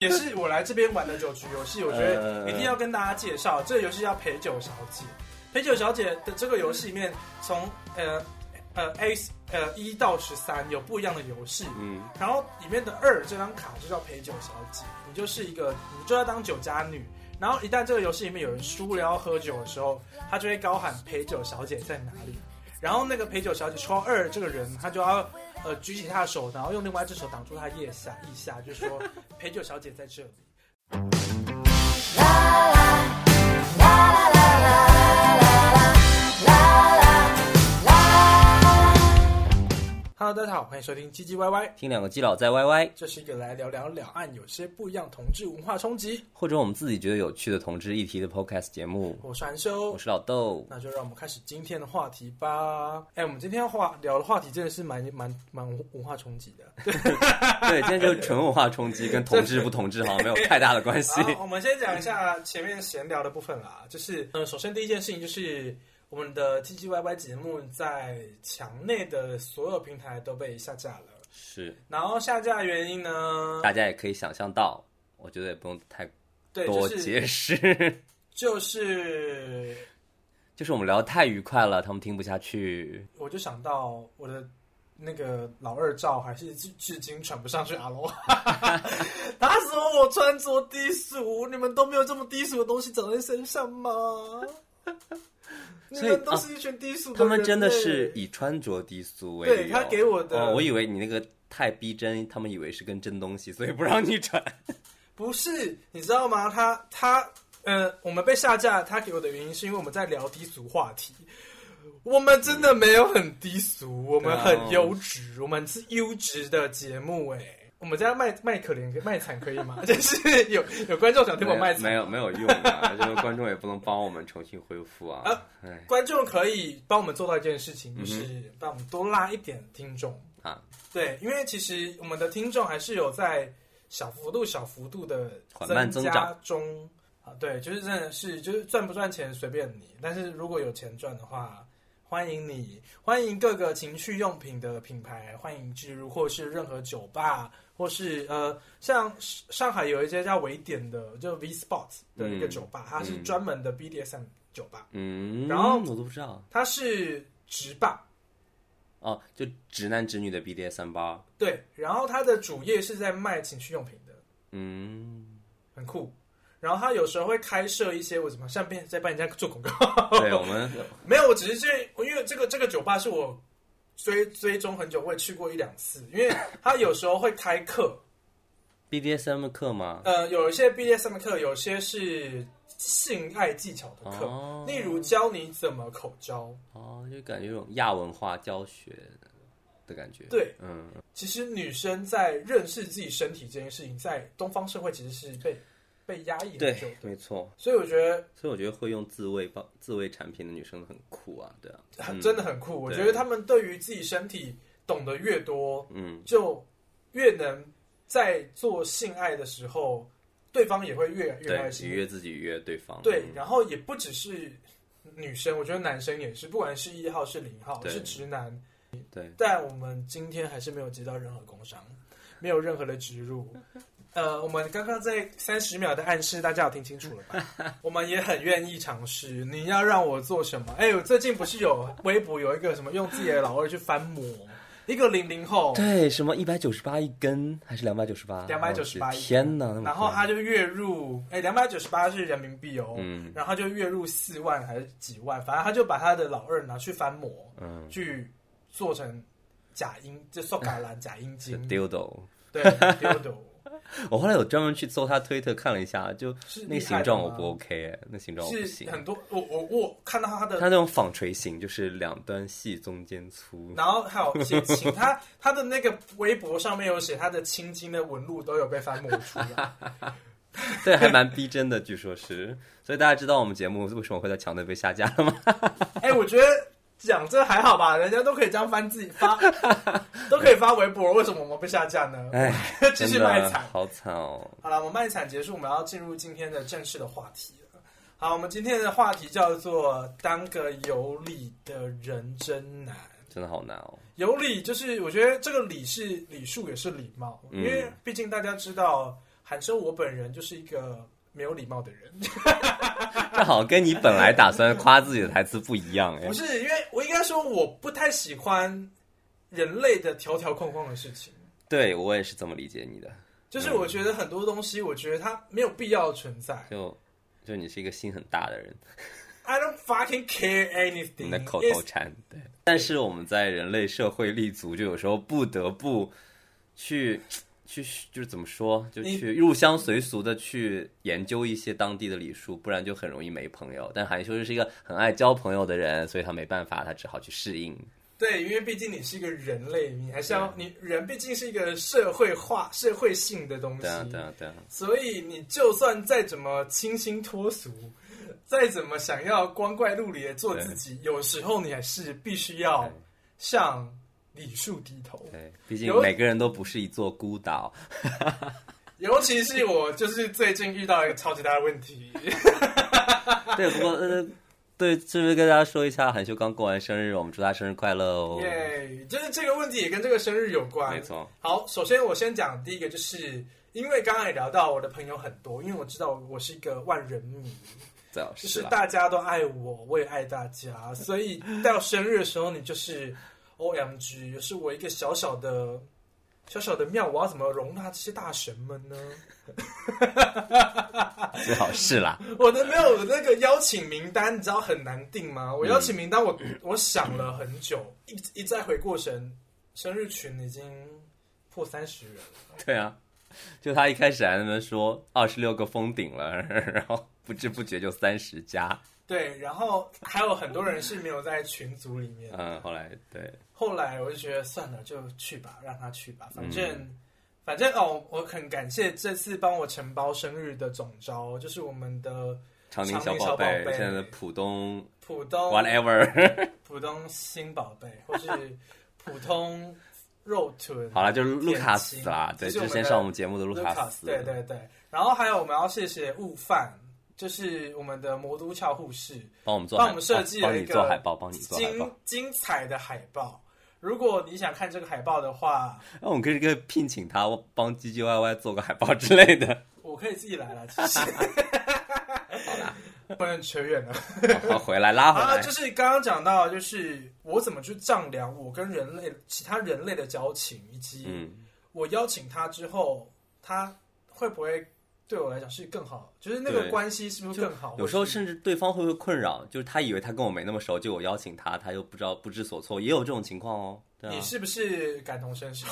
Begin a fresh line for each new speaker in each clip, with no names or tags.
也是我来这边玩的酒局游戏，我觉得
呃
一定要跟大家介绍，这个游戏叫陪酒小姐。陪酒小姐的这个游戏里面，从呃呃 A 呃一到十三有不一样的游戏，
嗯，
然后里面的二这张卡就叫陪酒小姐，你就是一个你就要当酒家女。然后一旦这个游戏里面有人输了要喝酒的时候，他就会高喊陪酒小姐在哪里。然后那个陪酒小姐抽到二这个人，他就要呃举起他的手，然后用另外一只手挡住他腋下，腋下就说陪酒小姐在这里。Hello，大家好，欢迎收听唧唧歪歪，
听两个基佬在 YY，
这是一个来聊聊两岸有些不一样同志文化冲击。
或者我们自己觉得有趣的同志议题的 podcast 节目。
我是韩修
我，是老 豆，
那就让我们开始今天的话题吧。哎，我们今天话聊的话题真的是蛮蛮蛮文化冲击的。
对，今天就是纯文化冲击，跟同志不同志好像没有太大的关系。
好，我们先讲一下前面闲聊的部分啦，就是呃，首先第一件事情就是我们的 T G Y Y 节目在墙内的所有平台都被下架了。
是，
然后下架的原因呢？
大家也可以想象到，我觉得也不用太
对，
多
就是
解释，
就是，
就是我们聊得太愉快了，他们听不下去。
我就想到我的那个老二照还是至至今穿不上去阿罗 哈，他说我穿着低俗，你们都没有这么低俗的东西长在身上吗？你
所以哦
们都是一群低俗
他
人
们真的
类
是以穿着低俗为
对
理由
他给我的
哦，我以为你那个太逼真，他们以为是跟真东西，所以不让你穿。
不是，你知道吗？他他呃，我们被下架，他给我的原因是因为我们在聊低俗话题。我们真的没有很低俗，我们很优质，我们是优质的节目哎。我们在卖卖可怜卖惨可以吗？ 就是有有观 众想听我卖惨，
没有没有用 啊，就是观众也不能帮我们重新恢复啊
啊。
哎
观众可以帮我们做到一件事情，就是帮我们多拉一点听众。
嗯啊，
对，因为其实我们的听众还是有在小幅度、小幅度的
缓慢增
加
长
中啊。对，就是真的是，就是赚不赚钱随便你，但是如果有钱赚的话，欢迎你，欢迎各个情趣用品的品牌，欢迎置入，或是任何酒吧，或是呃，像上海有一些叫维典的，就 V Spot 的一个
嗯
酒吧，它是
嗯
专门的 BDSM 酒吧，
嗯，
然后
我都不知道
它是直棒。
哦，就直男直女的 BDSM 吧。
对，然后它的主业是在卖情趣用品的，
嗯，
很酷。然后他有时候会开设一些我怎么像变在帮人家做广告，
对，我们
没有，我只是这因为这个这个酒吧是我追追踪很久，我也去过一两次，因为他有时候会开课，
BDSM 课吗？
呃，有一些 BDSM 课，有些是性爱技巧的呃课，
哦
例如教你怎么口交。
哦，就感觉有种亚文化教学的感觉。
对，
嗯，
其实女生在认识自己身体这件事情，在东方社会其实是被被压抑很久
对，
的，
没错。
所以我觉得
所以我觉得会用自慰包自慰产品的女生很酷啊，对啊，
很
嗯
真的很酷。我
对
觉得他们对于自己身体懂得越多，
嗯，
就越能在做性爱的时候，对方也会越越
对
开，
愉
心。
悦自己，愉悦对方。
对
嗯，
然后也不只是女生，我觉得男生也是，不管是一号是零号
对
是直男，
嗯对，
但我们今天还是没有接到任何工伤，没有任何的植入。呃，我们刚刚在三十秒的暗示，大家有听清楚了吧？ 我们也很愿意尝试。你要让我做什么？哎，我最近不是有微博有一个什么用自己的老二去翻模，一个零零后，
对，什么一百九十八一根还是两百九十八？哦
298一根
天哪！那么
然后
贵
他就月入，哎，两百九十八是人民币哦，
嗯
然后就月入四万还是几万，反正他就把他的老二拿去翻模，
嗯
去做成假阴，就 塑嘎兰假阴茎，
，dildo。
对，丢 丢，
我后来有专门去搜他推特看了一下，就是那个
厉害
形
的
状我
吗
不 OK，哎那形状我不
是
行。
很多，我我我看到他的
它那种纺锤形，就是两端细中间粗。
然后还有写请他他的那个微博上面有写他的青筋的纹路都有被翻模出 来，
对，还蛮逼真的，据说是。所以大家知道我们节目为什么会在墙内被下架了吗？
哎，我觉得讲这还好吧，人家都可以这样翻自己发，都可以发微博，为什么我们被下架呢？
哎，
继
真
续
的
卖惨。
好惨哦！
好了，我们卖惨结束，我们要进入今天的正式的话题了。好，我们今天的话题叫做“当个有理的人真难”。
真的好难哦。
有
嗯
理就是，我觉得这个理是礼数，也是礼貌，因为毕竟大家知道。喊说我本人就是一个没有礼貌的人，
这好像跟你本来打算夸自己的台词不一样哎
不。是因为我应该说我不太喜欢人类的条条框框的事情，
对我也是这么理解你的，
就是我觉得很多东西，我觉得它没有必要存在。
就就你是一个心很大的人，
I don't fucking care
你
anything
的口
It's-
头禅对。但是我们在人类社会立足，就有时候不得不去去就是怎么说，就
你
去入乡随俗的去研究一些当地的礼数，不然就很容易没朋友。但韩修是一个很爱交朋友的人，所以他没办法，他只好去适应。
对，因为毕竟你是一个人类，你还是要你人毕竟是一个社会化、社会性的东西，
对啊，对啊，对啊。
所以你就算再怎么清新脱俗，再怎么想要光怪陆离的做自己，有时候你还是必须要向礼数低头。
对，毕竟
有
每个人都不是一座孤 岛。
尤其是我，就是最近遇到一个超级大的问题，
对，不过呃，对，这边跟大家说一下，韩修刚过完生日，我们祝他生日快乐 哦。
耶！就是这个问题也跟这个生日有关，
没错，
好，首先我先讲第一个，就是因为刚刚也聊到我的朋友很多，因为我知道我是一个万人迷，
最好
就是是
啦。
大家都爱我，我也爱大 家，所以到生日的时候，你就是 O M G，也是我一个小小的、小小的庙，我要怎么容纳这些大神们 呢？
最好是啦。
我的没有那个邀请名单，你知道很难定吗？我邀请名单我，我想了很久，一一再回过神，生日群已经破三十人了。
对啊，就他一开始还在那边说二十六个封顶了， 然后不知不觉就三十加，
对，然后还有很多人是没有在群组里 面。
嗯，后来对，
后来我就觉得算了，就去吧，让他去
嗯
吧，反正、反正哦，我很感谢这次帮我承包生日的总招，就是我们的
长宁
宁小
宝
宝贝
现在的浦东
浦东
whatever，
浦东新宝贝，或是浦东肉臀。
好了，就是路卡斯啦，
这
对，
是
就
我
是
们的
先上我们节目的路
Lucas，
斯，
对对对，然后还有我们要谢谢悟饭，就是我们的魔都俏护士，
帮我们做海，
帮我们设计
帮
了
你
一个
做海报，帮你做海报
精，精彩的海报。如果你想看这个海报的话，
那我们可以可以聘请他帮唧唧歪歪做个海报之类的，
我可以自己来 了，其实。不能扯远了。
好回来拉回
啊，
来
就，是刚刚讲到，就是我怎么去丈量我跟人类、其他人类的交情，以及
嗯，
我邀请他之后，他会不会对我来讲是更好，就是那个
对
关系是不是更好？
有时候
或是
甚至对方会不会困扰，就是他以为他跟我没那么熟，就我邀请他，他又不知道不知所措，也有这种情况哦，对
你
啊，
是不是感同身受？。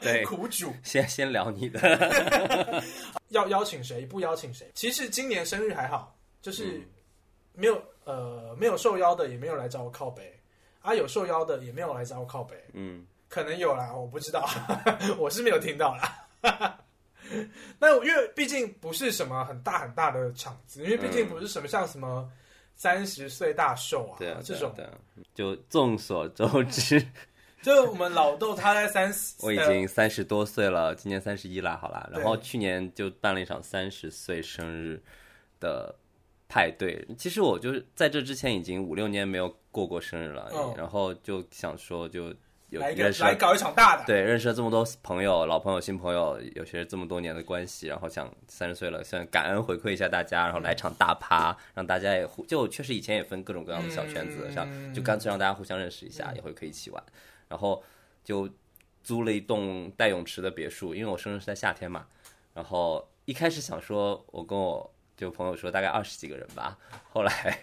对
苦主
先先聊你的，
要邀请谁，不邀请谁？其实今年生日还好，就是
嗯
没有、呃没有受邀的，也没有来找我靠北啊，有受邀的也没有来找我靠北。
嗯，
可能有啦，我不知道， 我是没有听到啦。 那我因为毕竟不是什么很大很大的场子，因为毕竟不是什么像什么三十岁大寿啊
嗯对啊，
这种，
对啊， 对啊就众所周 知，
就是我们老豆他在三十，
我已
呃
经三十多岁了，今年三十一啦，好啦，
对
然后去年就办了一场三十岁生日的派对。其实我就是在这之前已经五六年没有过过生日了，
嗯
然后就想说就有
来一个
认识了
来搞一场大的，
对，认识了这么多朋友，老朋友、新朋友，有些这么多年的关系，然后想三十岁了，想感恩回馈一下大家，然后来场大趴，让大家也互就确实以前也分各种各样的小圈子，像就干脆让大家互相认识一下，也会可以一起玩，然后就租了一栋带泳池的别墅，因为我生日是在夏天嘛，然后一开始想说，我跟我就朋友说大概二十几个人吧，后来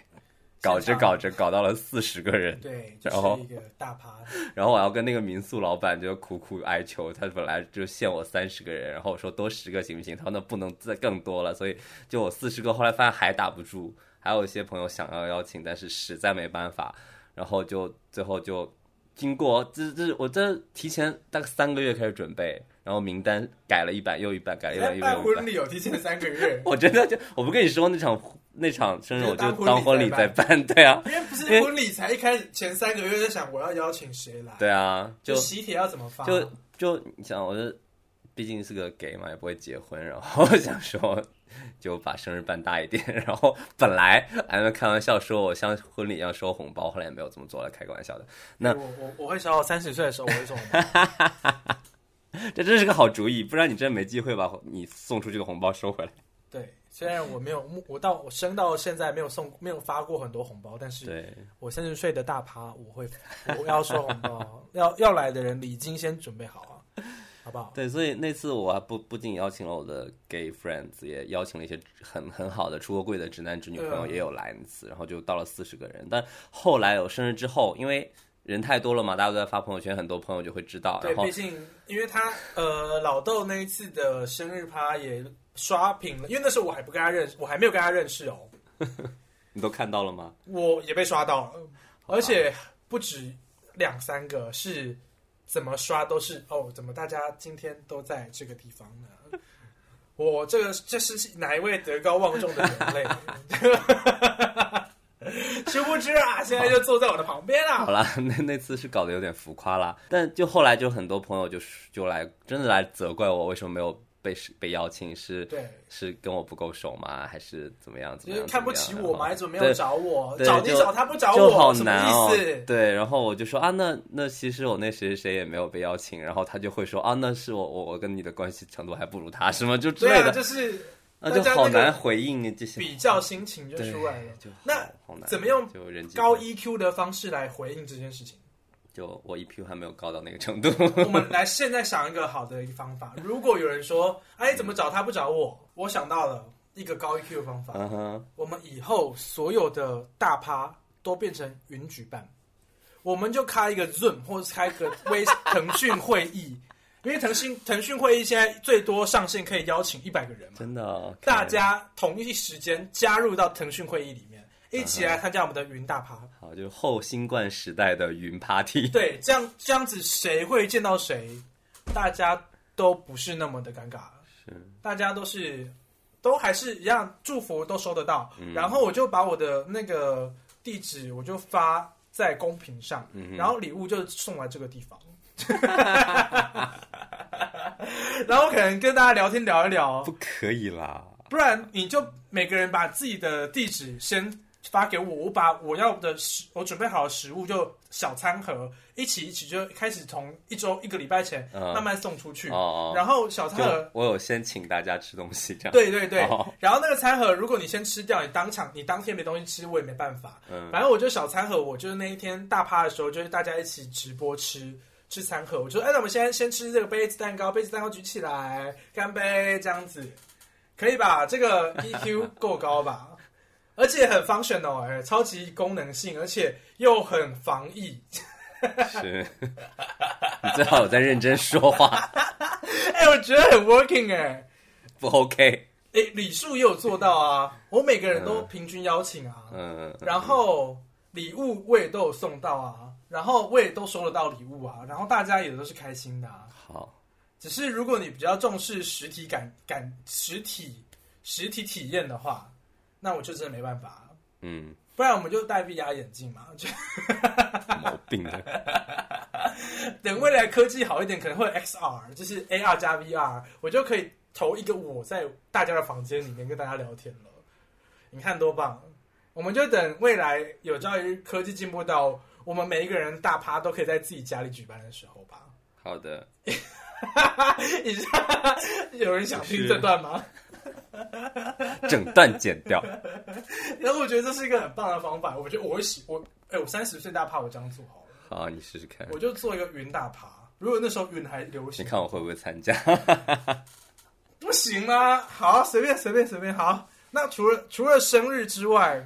搞着
现场
搞哦着搞到了四十个人。
对，就
然后
是一个大趴。
然后我要跟那个民宿老板就苦苦哀求，他本来就限我三十个人，然后我说多十个行不行？他说那不能再更多了，所以就我四十个，后来发现还打不住，还有一些朋友想要邀请，但是实在没办法，然后就最后就经过这这我这提前大概三个月开始准备，然后名单改了一版又一版，改了一
在
版哎又一版
办
又一版
婚，礼有提前三个
，
月
我真的就我不跟你说那场那场生日我就
就当
当婚
婚
礼
礼
在
在
办， 对啊
因为不是婚礼才一开始前三个月在想我要邀请谁来，
对啊，就
就喜帖要怎么发，
就就你想，我这毕竟是个 gay 嘛，也不会结婚，然后想说就把生日办大一点。然后本来 俺们开玩笑说我像婚礼一样收红包，后来也没有这么做了，开个玩笑的。那
哦我我我会想到三十岁的时候我会说我
这真是个好主意，不然你真没机会把你送出去的红包收回来。
对，虽然我没有，我到我生到现在没有送，没有发过很多红包，但是
对，
我三十岁的大趴，我会，我要收红包，要要来的人礼金先准备好啊，好不好？
对，所以那次我还不不仅邀请了我的 gay friends，也邀请了一些很很好的出过柜的直男直女朋友
嗯
也有来那次，然后就到了四十个人。但后来我生日之后，因为人太多了嘛，大家都在发朋友圈，很多朋友就会知道。
对
然，后
毕竟因为他呃老豆那一次的生日趴也刷屏了，因为那时候我还不跟他认识，我还没有跟他认识哦，
你都看到了吗？
我也被刷到
嗯
了，而且不止两三个，是怎么刷都是哦，怎么大家今天都在这个地方 呢？我这个这是哪一位德高望重的人 类？殊不知啊，现在就坐在我的旁边
好
啊。
啦，那那次是搞得有点浮夸啦，但就后来就很多朋友就是就来真的来责怪我为什么没有被被邀请，是
对，
是跟我不够熟吗？还是怎么样？怎
就
么
是
样？
看不
怎
起
么样
我
然后
嘛，怎么没有
对
找我？
对
找你
就
找他不找
就好
我，什
难
么
哦
意思？。
对，然后我就说啊，那那其实我那谁谁谁也没有被邀请，然后他就会说啊，那是我我我跟你的关系程度还不如他什么就之
对
类
啊，
的，
就是
那
大家
就好
那个
难回应这些
比较心情就
对
出来了。
就好
那
好难
怎么用
就人际
高
关
EQ 的方式来回应这件事情。
就我 EQ 还没有高到那个程度，
我们来现在想一个好的一个方法。如果有人说：“哎，怎么找他不找我？”我想到了一个高 EQ 的方法。
嗯哼，
我们以后所有的大趴都变成云举办，我们就开一个 Zoom 或者开个微腾讯会议， 因为腾讯腾讯会议现在最多上限可以邀请一百个人嘛，
真的哦
大家同一时间加入到腾讯会议里面，一起来参加我们的云大趴。
好就是后新冠时代的云 party，
对，这样这样子谁会见到谁，大家都不是那么的尴尬，
是
大家都是都还是一样祝福都收得到。
嗯
然后我就把我的那个地址我就发在公屏上，
嗯
然后礼物就送来这个地方。 然后可能跟大家聊天聊一聊，
不可以啦，
不然你就每个人把自己的地址先发给我，我把我要的食，我准备好的食物就小餐盒一起一起就开始从一周一个礼拜前
嗯
慢慢送出去，
哦
然后小餐
就
盒。
我有先请大家吃东西这样，
对对对
哦
然后那个餐盒，如果你先吃掉，你当场你当天没东西吃，我也没办法。
嗯
反正我就小餐盒，我就是那一天大趴的时候，就是大家一起直播吃吃餐盒。我就说，哎，那我们先先吃这个杯子蛋糕，杯子蛋糕举起来，干杯，这样子可以吧？这个 EQ 够高吧？而且很 functional，哎、超级功能性，而且又很防疫。
是， 你最好有在认真说话，
哎、我觉得很 working 哎、
不 OK，
哎、礼数也有做到啊，我每个人都平均邀请啊，
嗯，嗯
然后礼物我也都有送到啊，然后我也都收得到礼物啊，然后大家也都是开心的啊。
好，
只是如果你比较重视实体感感实体实体体验的话，那我就真的没办法，
嗯，
不然我们就戴 VR 眼镜嘛。就
毛病的，
等未来科技好一点，可能会有 XR，就是 AR 加 VR，我就可以投一个我在大家的房间里面跟大家聊天了。你看多棒！我们就等未来有朝一日科技进步到我们每一个人大趴都可以在自己家里举办的时候吧。
好的，
以上有人想听这段吗？
整段剪掉，
然后我觉得这是一个很棒的方法，我觉得我会喜我哎、我三十岁大趴我这样做好了，
好，你试试看，
我就做一个云大趴。如果那时候云还流
你
行，
看我会不会参加？
不行啦、好，随便随便随便，好。那除了除了生日之外，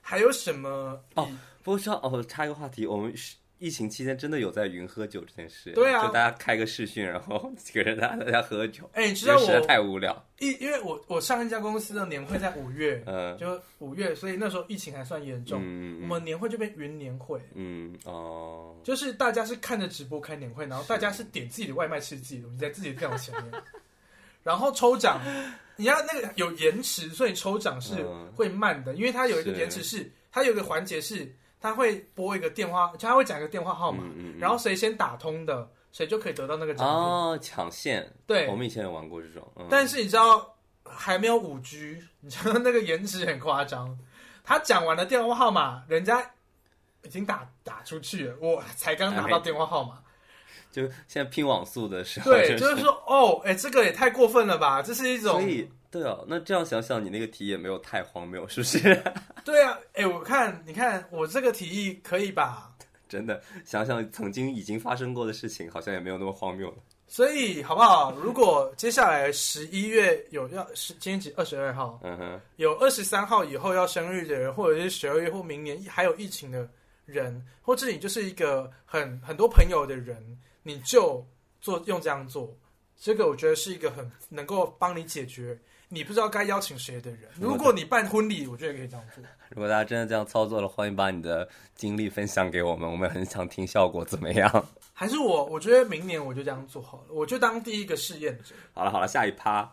还有什么？
哦，不过说哦，插一个话题，我们是疫情期间真的有在云喝酒这件事，
对啊
就大家开个视讯，然后 几个人大家大家喝酒，
哎、你知
其
道
实实在
我
太无聊，
因因为我我上一家公司的年会在五月，
嗯
就五月，所以那时候疫情还算严重，我
嗯
们年会就变云年会。
嗯哦，
就是大家是看着直播开年会，然后大家是点自己的外卖吃自己的东西，在自己的电脑前面， 然后抽奖，你要那个有延迟，所以抽奖是
嗯
会慢的，因为它有一个
是
延迟是，它有一个环节是，它会拨一个电话，就它会讲一个电话号码，
嗯嗯嗯
然后谁先打通的，谁就可以得到那个奖品。
哦，抢线，
对
我们以前也玩过这种，嗯
但是你知道还没有五 G，你知道那个延迟很夸张。他讲完了电话号码，人家已经打打出去了，我才刚拿到电话号码，
就现在拼网速的时候，
对，
就
就是说，哦，哎，这个也太过分了吧？这是一
所
种，
以对哦，那这样想想，你那个题也没有太荒谬，是不是？
对啊，哎，我看，你看，我这个提议可以吧？
真的想想曾经已经发生过的事情，好像也没有那么荒谬了。
所以好不好？如果接下来十一月有要是今天几二十二号，
嗯哼，
有二十三号以后要生日的人，或者是十二月或明年还有疫情的人，或者你就是一个很很多朋友的人，你就做用这样做，这个我觉得是一个很能够帮你解决你不知道该邀请谁的人。如果你办婚礼，我觉得也可以这样做。
如果大家真的这样操作了，欢迎把你的经历分享给我们，我们很想听效果怎么样。
还是我，我觉得明年我就这样做好了，我就当第一个试验者。
好了好了，下一趴，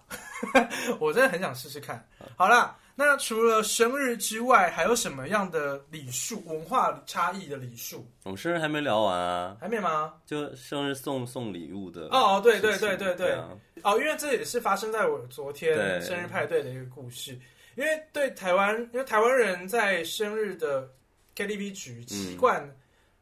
我真的很想试试看。好啦，那除了生日之外，还有什么样的礼数文化差异的礼数？
我们生日还没聊完啊，
还没吗？
就生日送送礼物的
哦哦对对
事情
对对对
啊
哦，因为这也是发生在我昨
对
天生日派对的一个故事。因为对台湾，因为台湾人在生日的 KTV 局习惯、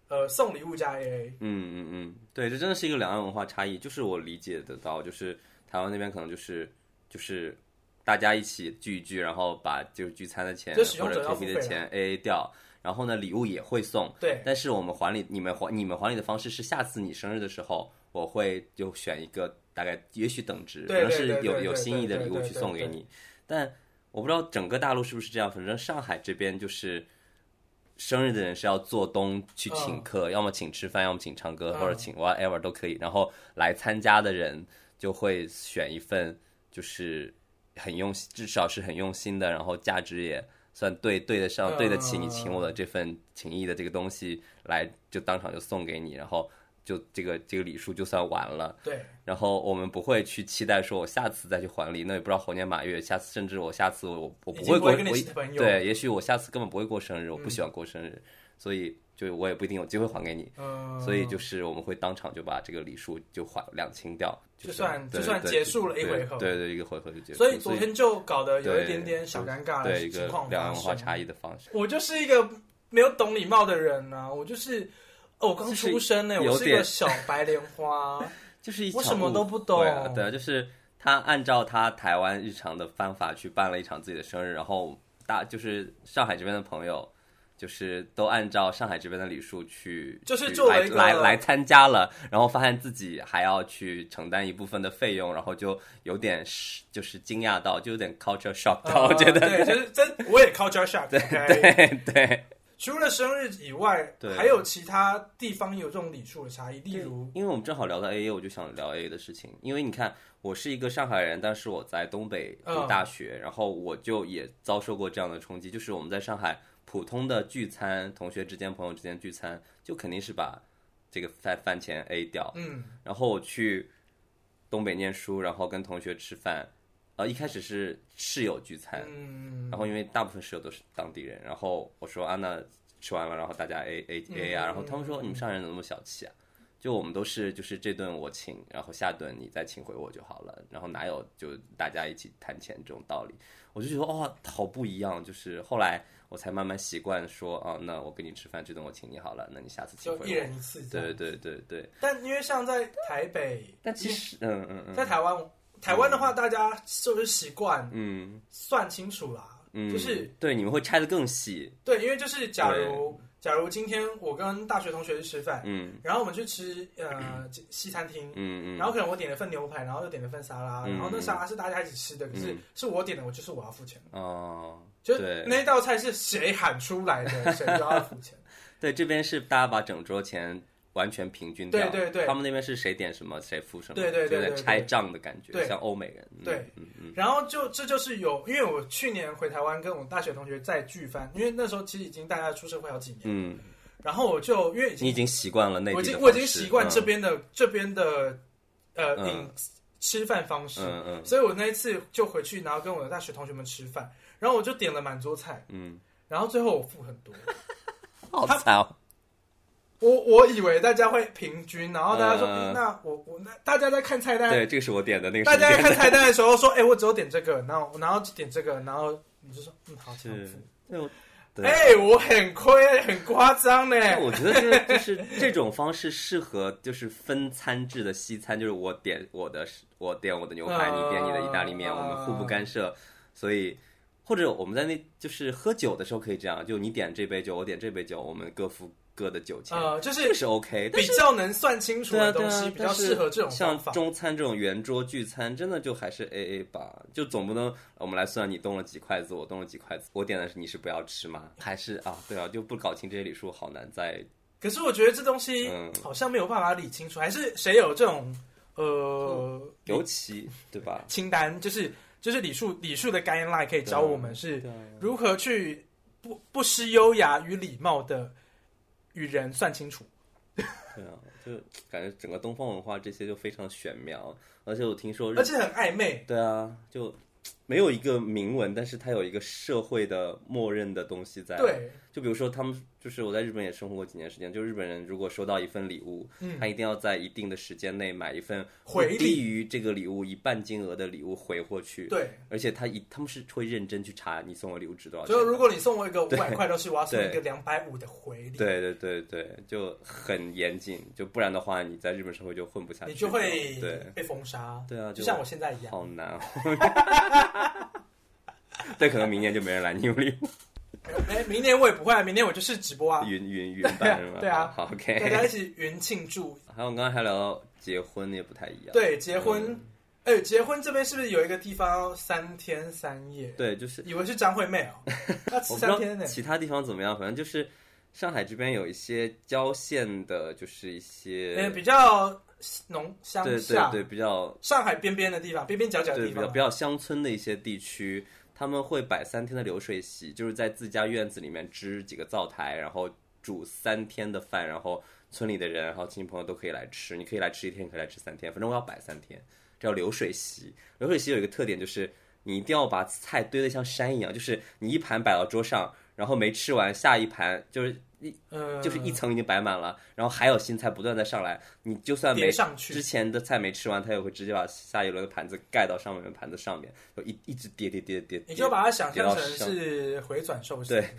呃送礼物加 AA，
嗯嗯嗯，对，这真的是一个两岸文化差异，就是我理解得到，就是台湾那边可能就是就是大家一起聚一聚，然后把就是聚餐的钱
就使用
或者
者要
KTV
付
的
费
钱 AA 掉，然后呢礼物也会送，
对
但是我们还礼，你们还你们还礼的方式是下次你生日的时候，我会就选一个大概也许等值，可
对
能是
对对
有
对
有
对
心意的
对
礼物
对
去
对
送给
对
你，但我不知道整个大陆是不是这样，反正上海这边就是。生日的人是要做东去请
嗯
客，要么请吃饭，要么请唱歌，
嗯
或者请 whatever 都可以。然后来参加的人就会选一份，就是很用心，至少是很用心的，然后价值也算对对得上，
嗯
对得起你请我的这份情谊的这个东西，来就当场就送给你，然后就这个这个礼数就算完了。
对，
然后我们不会去期待说我下次再去还礼，那也不知道猴年马月，下次甚至我下次我我不
已
会
经不
过
会跟你
我
是朋友。
对，也许我下次根本不会过生日，我不喜欢过生日，所以就我也不一定有机会还给你。
嗯，
所以就是我们会当场就把这个礼数就还两清掉，
就是算
对
就算
对
结束了一
对
回合
对对，一个回合就结束。
所以昨天就搞得有
对
一点点小尴尬的
对一个
情况
两
发
岸文化
生。
差异的方式，
我就是一个没有懂礼貌的人呐、我就是，哦，我刚出生呢、
就是有
我是一个小白莲 花，
就是一
我
场
什么
误
都不懂
会啊对啊，就是他按照他台湾日常的方法去办了一场自己的生日，然后大就是上海这边的朋友。就是都按照上海这边的礼数去，
就是
去
作为
来
一个
来来参加了，然后发现自己还要去承担一部分的费用，然后就有点是就是惊讶到，就有点 culture shock 到，我
呃
觉得
对，就是真我也 culture shock。对，
对对，
除了生日以外
对，
还有其他地方有这种礼数的差异，例如，
因为我们正好聊到 AA，我就想聊 AA 的事情。因为你看，我是一个上海人，但是我在东北读
嗯
大学，然后我就也遭受过这样的冲击，就是我们在上海普通的聚餐，同学之间、朋友之间聚餐，就肯定是把这个饭饭钱 A 掉。
嗯，
然后我去东北念书，然后跟同学吃饭，呃，一开始是室友聚餐，
嗯，
然后因为大部分室友都是当地人，然后我说啊，那吃完了，然后大家 A A A 啊，
嗯
然后他们说你们上海人怎么那么小气啊？就我们都是就是这顿我请，然后下顿你再请回我就好了，然后哪有就大家一起谈钱这种道理？我就觉得哇，好不一样。就是后来我才慢慢习惯说啊，那我跟你吃饭，这顿我请你好了，那你下次请
就
回
一
我。
人一次这样。
对对对对，
但因为像在台北，
但其实嗯嗯嗯
在台湾，台湾的话，大家就是习惯
嗯
算清楚啦，
嗯，
就是
对你们会拆的更细，
对，因为就是假如假如今天我跟大学同学去吃饭，
嗯
然后我们去吃呃西餐厅，
嗯嗯，
然后可能我点了份牛排，然后又点了份沙拉，
嗯
然后那沙拉是大家一起吃的，可是
嗯
是我点的，我就是我要付钱，
哦，
就是
对
那道菜是谁喊出来的，谁就要付钱。
对，这边是大家把整桌钱完全平均掉，
对对对
他们那边是谁点什么谁付什么，
对对对
就有点
对对
拆账的感觉，
对
像欧美人，嗯
对，
嗯 嗯
然后就这就是有，因为我去年回台湾跟我大学同学在聚饭，因为那时候其实已经大家出社会好几年，
嗯，
然后我就因为已
你
经
已经习惯了内地
我
的
已经
方
我已经
式
习惯这，边的、这边的呃
嗯
饮吃饭方式，
嗯嗯
所以我那一次就回去，然后跟我的大学同学们吃饭，然后我就点了满桌菜，
嗯
然后最后我付很多。
嗯，好惨哦，
我我以为大家会平均，然后大家说，
嗯
诶那我我那大家在看菜单，
对，这个是我点的，那个
大
是
家
你
在
点的
看菜单的时候说，哎、我只有点这个，然后然后只点这个，然后你就说，嗯，好，这样
是
付。，
对，我对，
哎、我很亏，很夸张呢。
但我觉得就是 就是这种方式适合就是分餐制的西餐，就是我点我的我点我的牛排，
啊
你点你的意大利面，我们互不干涉。所以或者我们在那就是喝酒的时候可以这样，就你点这杯酒，我点这杯酒，我们各付各的酒钱，
呃，就
这
是
个是 OK。但
比较能算清楚
对啊，
的
对
东西，
啊，
比较
但是
适合这种方
像
法。
中餐这种圆桌聚餐，真的就还是 A A 吧，就总不能呃我们来算你动了几筷子，我动了几筷子，我点的是你是不要吃吗？还是啊，对啊，就不搞清这些礼数，好难在
可是我觉得这东西
嗯
好像没有办法理清楚，还是谁有这种呃
尤其对吧？
清单，就是就是礼数礼数的 guideline 可以教我们是
对啊
如何去不不失优雅与礼貌的与人算清楚。
对啊，就感觉整个东方文化这些就非常玄妙，而且我听说日
而且很暧昧，
对啊，就没有一个明文，但是它有一个社会的默认的东西在。，
对，
就比如说他们，就是我在日本也生活过几年时间，就日本人如果收到一份礼物，
嗯
他一定要在一定的时间内买一份
回
不
礼
低于这个礼物一半金额的礼物回过去。，
对。
而且他一他们是会认真去查你送我礼物值多少钱
所以
的。
如果你送我一个五百块，都是我要送一
对
个两百五的回礼，
对对对对，就很严谨，就不然的话，你在日本社会就混不下去，
你就会
对，
被封杀。
对啊
就
就
像我现在一样。
好难哦。 但可能明年就没人来你有礼物，
哎，明年我也不会，啊，明年我就是直播啊，
云 云云版是吧？
对啊
好
大家
OK。
一起云庆 祝。
还有我们刚才还聊到结婚也不太一样，
对，结婚
嗯，
哎、结婚这边是不是有一个地方要三天三夜？
对，就是
以为是张惠妹哦， 要吃
我不知
三
道
天呢、
其他地方怎么样，反正就是上海这边有一些郊县的，就是一些
呃，比较农乡
对
下，
对对比较
上海边边的地方，边边角角的
对
地
比较
方
比，较乡村的一些地区，他们会摆三天的流水席，就是在自家院子里面支几个灶台，然后煮三天的饭，然后村里的人，然后亲戚朋友都可以来吃。你可以来吃一天，可以来吃三天，反正我要摆三天，这叫流水席。流水席有一个特点就是，你一定要把菜堆得像山一样，就是你一盘摆到桌上，然后没吃完，下一盘就是。
嗯，
就是一层已经摆满了，然后还有新菜不断的上来，你就算没
叠上去
之前的菜没吃完，它也会直接把下一轮的盘子盖到上面的盘子上面，就一一直叠叠叠叠叠。
你就把它想象成
比较像
是回转寿司，
对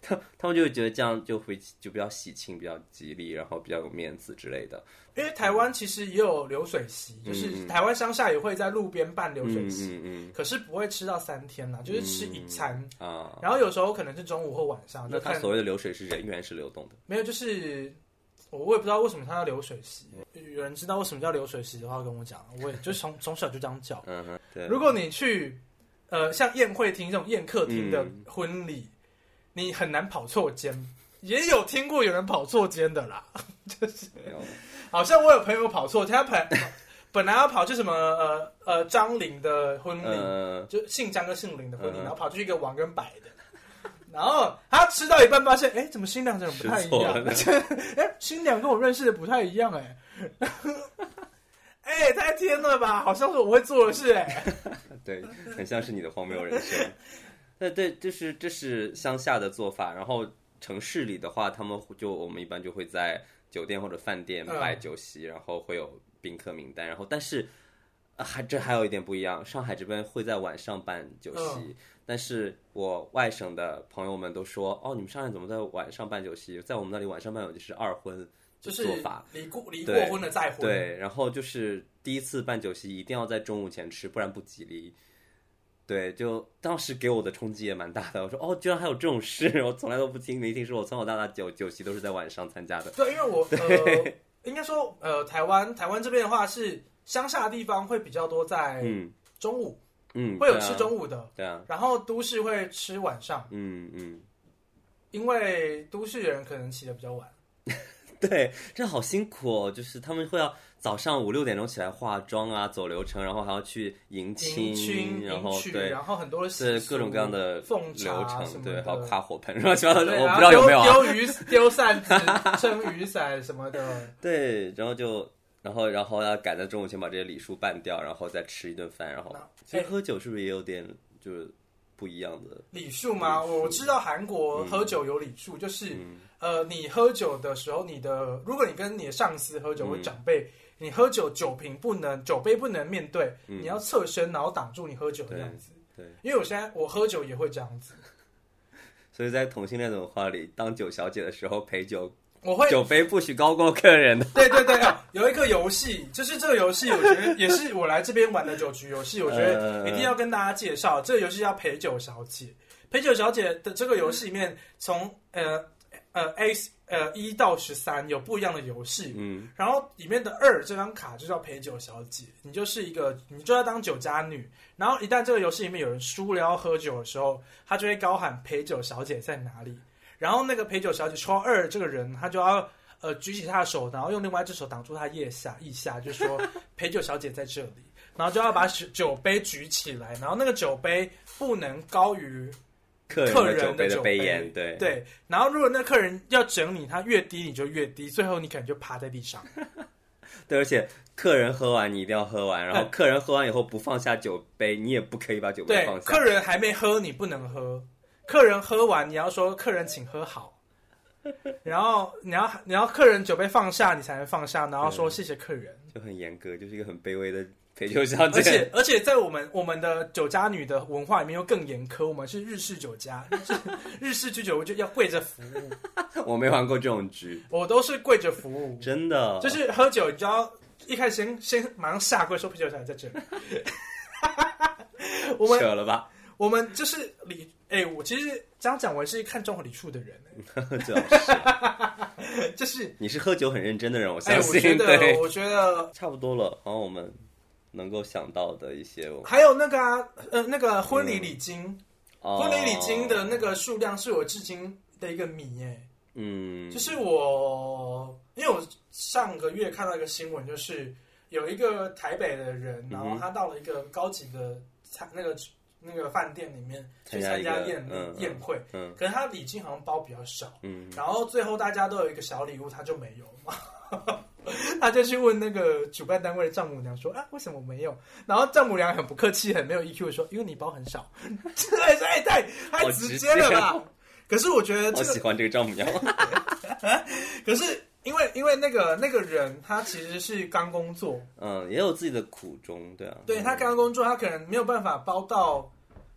他他们就会觉得这样就会就比较喜庆、比较吉利，然后比较有面子之类的。
因为台湾其实也有流水席，就是台湾乡下也会在路边办流水
嗯
席，
嗯
可是不会吃到三天啦，就是吃一餐，
嗯啊，
然后有时候可能是中午或晚上，
那
就
他
看
所谓的流水是人员是流动的，
没有，就是我我也不知道为什么它叫流水席。有人知道为什么叫流水席的话，跟我讲，我也就从从小就这样叫。
嗯哼，对。
如果你去呃像宴会厅这种宴客厅的
嗯
婚礼，你很难跑错间。也有听过有人跑错间的啦，
没有
好像我有朋友跑错，他本本来要跑去什么呃呃张玲的婚礼，
呃，
就姓张跟姓林的婚礼，
嗯
然后跑去一个王跟白的，然后他吃到一半发现，哎，怎么新娘怎么不
吃
太一
错
样
了？
哎，新娘跟我认识的不太一样 哎、哎，太天了吧，好像是我会做的事哎、
对，很像是你的荒谬人生。 那对，就是这是乡下的做法，然后城市里的话，他们会就我们一般就会在酒店或者饭店
嗯
摆酒席，然后会有宾客名单，然后但是啊还这还有一点不一样，上海这边会在晚上办酒
嗯
席，但是我外省的朋友们都说，哦，你们上海怎么在晚上办酒席？在我们那里晚上办酒席是二婚
就
的
是
做法，
离过离过
对
婚的再婚，
对，然后就是第一次办酒席，一定要在中午前吃，不然不吉利。对，就当时给我的冲击也蛮大的。我说哦，居然还有这种事， 我从来都不听没听说。我从小到大酒酒席都是在晚上参加的。
对，因为 我呃，应该说呃，台湾台湾这边的话是乡下地方会比较多，在
嗯
中午、
嗯，
会有
对啊
吃中午的，
对啊，
然后都市会吃晚上，
嗯嗯，
因为都市人可能起得比较晚。
对，这好辛苦哦。就是他们会要早上五六点钟起来化妆啊，走流程，然后还要去迎
迎
亲，然后
迎娶，
对。
然后很多的习
是
俗
各种各样的
奉茶
流
什
程，
么
对，
的
还有跨火盆， 乱七八糟的，
对
我
然
不
后
知道有没有啊。
丢丢鱼丢扇 子、撑雨伞什么的。
对，然后就，然后然后要赶在中午前把这些礼数办掉，然后再吃一顿饭，然后
那
其
哎
实喝酒是不是也有点就是不一样的？
礼数吗？
礼数嗯
我知道韩国喝酒有礼数，就是、呃，你喝酒的时候，你的如果你跟你的上司喝酒或
嗯
长辈，你喝酒酒瓶不能酒杯不能面对，
嗯
你要侧身，然后挡住你喝酒的样子。
对对
因为我现在我喝酒也会这样子，
所以在同性恋文化里，当酒小姐的时候陪酒，
我会
酒杯不许高过客人的。
对对对，哦有一个游戏，就是这个游戏，我觉得也是我来这边玩的酒局游戏，我觉得一定要跟大家介绍，这个游戏叫陪酒小姐。陪酒小姐的这个游戏里面，从呃呃 A 呃一到十三有不一样的游戏，
嗯，
然后里面的二这张卡就叫陪酒小姐，你就是一个，你就要当酒家女。然后一旦这个游戏里面有人输了要喝酒的时候，他就会高喊陪酒小姐在哪里。然后那个陪酒小姐抽到二这个人，他就要呃举起他的手，然后用另外一只手挡住他腋下，腋下就说陪酒小姐在这里，然后就要把酒酒杯举起来，然后那个酒杯不能高于
客
客
人
人
的酒
的
杯的
酒
杯
杯
沿，对，
对，然后如果那客人要整你，他越低你就越低，最后你可能就趴在地上。
对，而且客人喝完你一定要喝完，然后客人喝完以后不放下酒杯，你也不可以把酒杯
对
放，下
客。人还没喝，你不能喝；客人喝完，你要说“客人请喝 好”，然后你要你要客人酒杯放下，你才能放下，然后说谢谢客人。
就很严格，就是一个很卑微的陪酒小姐。
而且而且在我们我们的酒家女的文化里面又更严苛，我们是日式酒家，日式 日式居酒屋就要跪着服务，
我没玩过这种局，
我都是跪着服务，
真的。
就是喝酒你就要一开始先先马上下跪说啤酒小姐在这里。 我们
扯了吧？
我们就是李，哎、我其实这样讲，我是看中和李处的人、欸
这倒是
哎就是，
你是喝酒很认真的人，我
哎、
相
我
信。
觉
对
得，，我觉得
差不多了。然后我们能够想到的一些，我
还有那个啊，呃，那个婚礼礼金，
哦
婚礼礼金的那，个数量是我至今的一个谜、哎，
嗯，
就是我，因为我上个月看到一个新闻，就是有一个台北的
嗯
人，然后他到了一个高级的餐那个那个饭店里面去
参加
参
一
加
个
宴
嗯嗯
宴会，
嗯
可是他礼金好像包比较少。
嗯，
然后最后大家都有一个小礼物，他就没有嘛。 他就去问那个主办单位的丈母娘说：“啊，为什么没有？”然后丈母娘很不客气，很没有 EQ 地说：“因为你包很少。” 对对对，太
好
直
直
接了
接哦
吧？可是我觉得
我
这个
哦喜欢这个丈母 娘。
可是因为因为那个那个人他其实是刚工作，
嗯，也有自己的苦衷，对啊。
对他
嗯
刚工作，他可能没有办法包到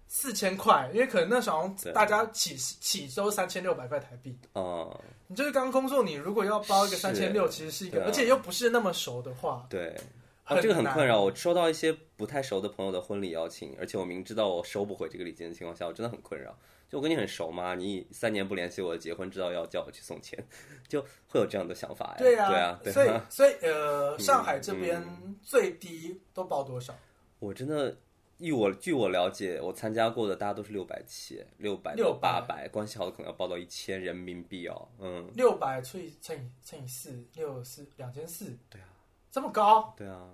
四千块，因为可能那时候
对
大家起起周三千六百块台币。
哦，
你就是刚工作，你如果要包一个
是
三千六，其实是一个，
对啊
而且又不是那么熟的话，
对。
很
啊，这个很
难
困扰。我收到一些不太熟的朋友的婚礼邀请，而且我明知道我收不回这个礼金的情况下，我真的很困扰。就我跟你很熟嘛，你三年不联系我，结婚知道要叫我去送钱， 就会有这样的想法呀。
对
呀、对
啊，
对
所以
啊
所以呃，上海这边
嗯
最低都包多少？
我真的，以我据我了解，我参加过的大家都是六百起，六百到
600
八百，关系好的可能要报到一千人民币哦。嗯，
六百除以乘以乘以四，六四两千四，对啊，这么高，
对啊，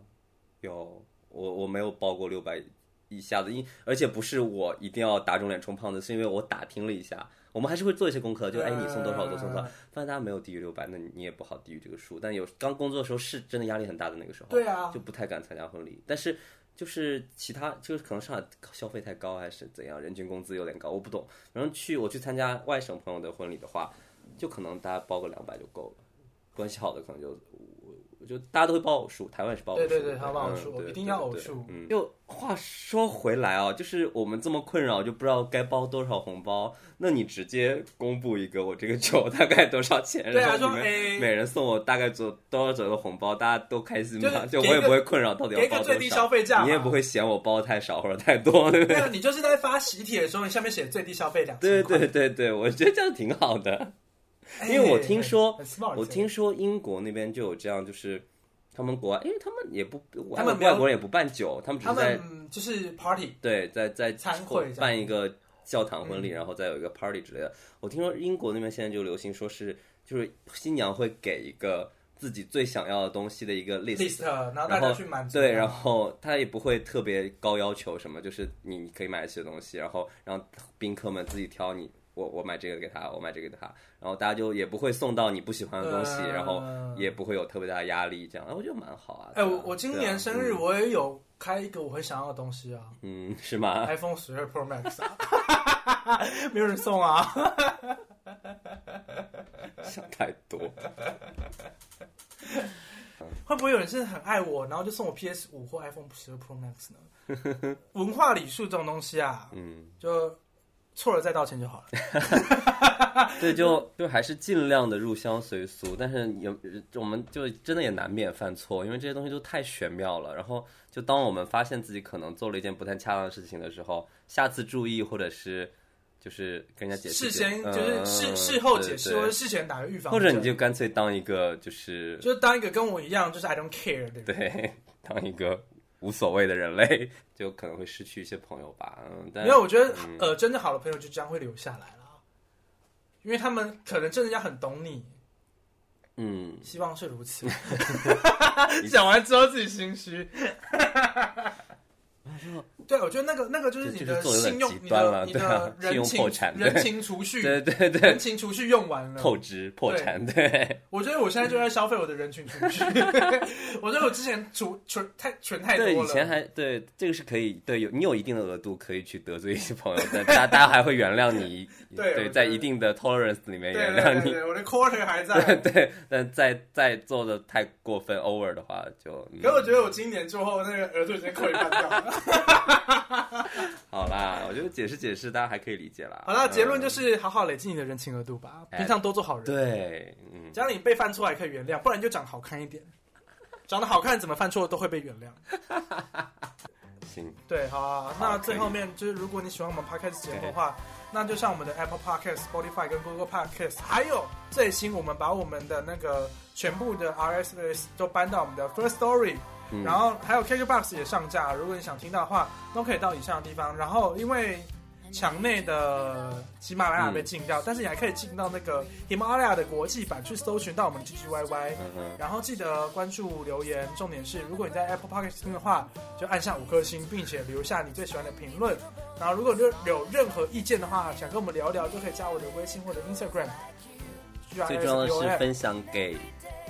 有我我没有报过六百以下的，因而且不是我一定要打肿脸充胖子，是因为我打听了一下，我们还是会做一些功课，就哎你送多少我都送多少，
嗯
发现大家没有低于六百，那你也不好低于这个数。但有刚工作的时候是真的压力很大的那个时候，
对啊
就不太敢参加婚礼，但是。就是其他，就是可能上海消费太高还是怎样，人均工资有点高，我不懂。然后去我去参加外省朋友的婚礼的话，就可能大家包个两百就够了，关系好的可能就我就大家都会报偶数，台湾也是报偶数，
对对对台湾报偶数
嗯对
一定要偶
对对
数
嗯，又话说回来啊，就是我们这么困扰，就不知道该包多少红包，那你直接公布一个我这个酒大概多少钱，
对啊
然后
说
你
哎
们每人送我大概左多少左右的红包，大家都开心吗？
就是
就
给一个
我也不会困扰到底要
给一
包
个
多
最低消
少，
费价嘛，
你也不会嫌我包太少或者太 多， 对不
对
对？
啊，你就是在发喜帖的时候，你下面写最低消费两千
对
块，
对对对，我觉得这样挺好的。
哎
因为我听说
很 smart，
我听说英国那边就有这样，就是他们国外，因为他们也不，
他们没有
外国人也不办酒，他们只
他
是在
们嗯就是 party，
对在在
餐会嗯这样
办一个教堂婚礼，然后再有一个 party 之类的。我听说英国那边现在就流行说是，就是新娘会给一个自己最想要的东西的一个 list，
list，然啊呃后大
然
家
后
去满足它，
对，然后他也不会特别高要求什么，就是你你可以买得起的东西，然后让宾客们自己挑你。我我买这个给他，我买这个给他，然后大家就也不会送到你不喜欢的东西，
嗯
然后也不会有特别大的压力，这样，哎，我觉得蛮好啊。
哎，我
对啊
我今年生日，
对啊
我也有开一个我很想要的东西 啊
嗯，嗯是吗？
，iPhone 十二 Pro Max 啊， 没有人送 啊。
想太多，
会不会有人真的很爱我，然后就送我 PS 五 或 iPhone 十二 Pro Max 呢？文化礼数这种东西啊，
嗯，
就错了再道歉就好了。
对，就就还是尽量的入乡随俗，但是也我们就真的也难免犯错，因为这些东西都太玄妙了。然后就当我们发现自己可能做了一件不太恰当的事情的时候，下次注意，或者是就是跟人家解释，
事先就是事
嗯
事后解释，
对对
或者事前打个预防
或
针，
者你就干脆当一个就是
就是当一个跟我一样，就是 I don't care 的人。
对，当一个无所谓的人类， 就可能会失去一些朋友吧。嗯，但
没有，我觉得、呃，真的好的朋友就这样会留下来了，因为他们可能真的要很懂你，
嗯，
希望是如 此。讲完之后自己心虚。对，我觉得那个那个就是
这
你
这
的
是做得有点
信用，
极
你
端了
的你
对啊
的
信
人
用破
情
产对
人情储蓄，
对对对，
人情储蓄用完了。
透支破产，对，
我觉得我现在就在消费我的人情 储蓄。我觉得我之前储存太存太多
对，
了。
以前还对这个是可以，对有你有一定的额度可以去得罪一些朋友，但 大家大家还会原谅你，
对我觉得
在一定的 tolerance 里面
对
原
对对
谅啊你，
对，我的 quarter 还在。
对，但再再做的太过分 over 的话，就嗯
可我觉得我今年之后那个额度已经扣一半掉 了。
好啦，我觉得解释解释，大家还可以理解啦。
好了，
嗯
结论就是好好累积你的人情额度吧，
哎
平常多做好人。，
对，嗯，
只要你被犯错还可以原谅，不然就长好看一 点。长得好看怎么犯错都会被原谅。
行，
对，好啊、
好
那
可以
最后面就是，如果你喜欢我们 podcast 节目的话，那就像我们的 Apple Podcast、Spotify 跟 Google Podcast，还有最新我们把我们的那个全部的 RSS 都搬到我们的 First Story，、
嗯
然后还有 KKBox 也上架。如果你想听到的话，都可以到以上的地方。然后因为墙内的喜马拉雅被禁
嗯
掉，但是你还可以进到那个喜马拉雅的国际版去搜寻到我们的 GGYY。
嗯哼，
然后记得关注留言，重点是，如果你在 Apple Podcast 听的话，就按下五颗星，并且留下你最喜欢的评论。然后如果有有任何意见的话，想跟我们聊聊，就可以加我的微信或者 Instagram。
最重要的
GRSUN
是分享给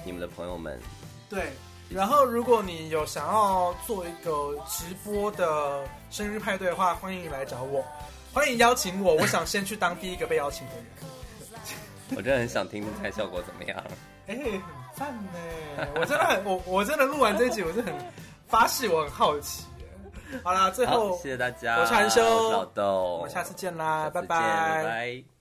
你们的朋友们，
对。然后，如果你有想要做一个直播的生日派对的话，欢迎来找我，欢迎邀请我。我想先去当第一个被邀请的人。
我真的很想听听看效果怎么样。
哎、很赞呢！我真的很，我我真的录完这一集，我是很发誓，我很好奇耶。好啦，最
好，
后
谢谢大家，
我是韩修
我是老豆，
我们下次见啦，
下次
拜
见，拜拜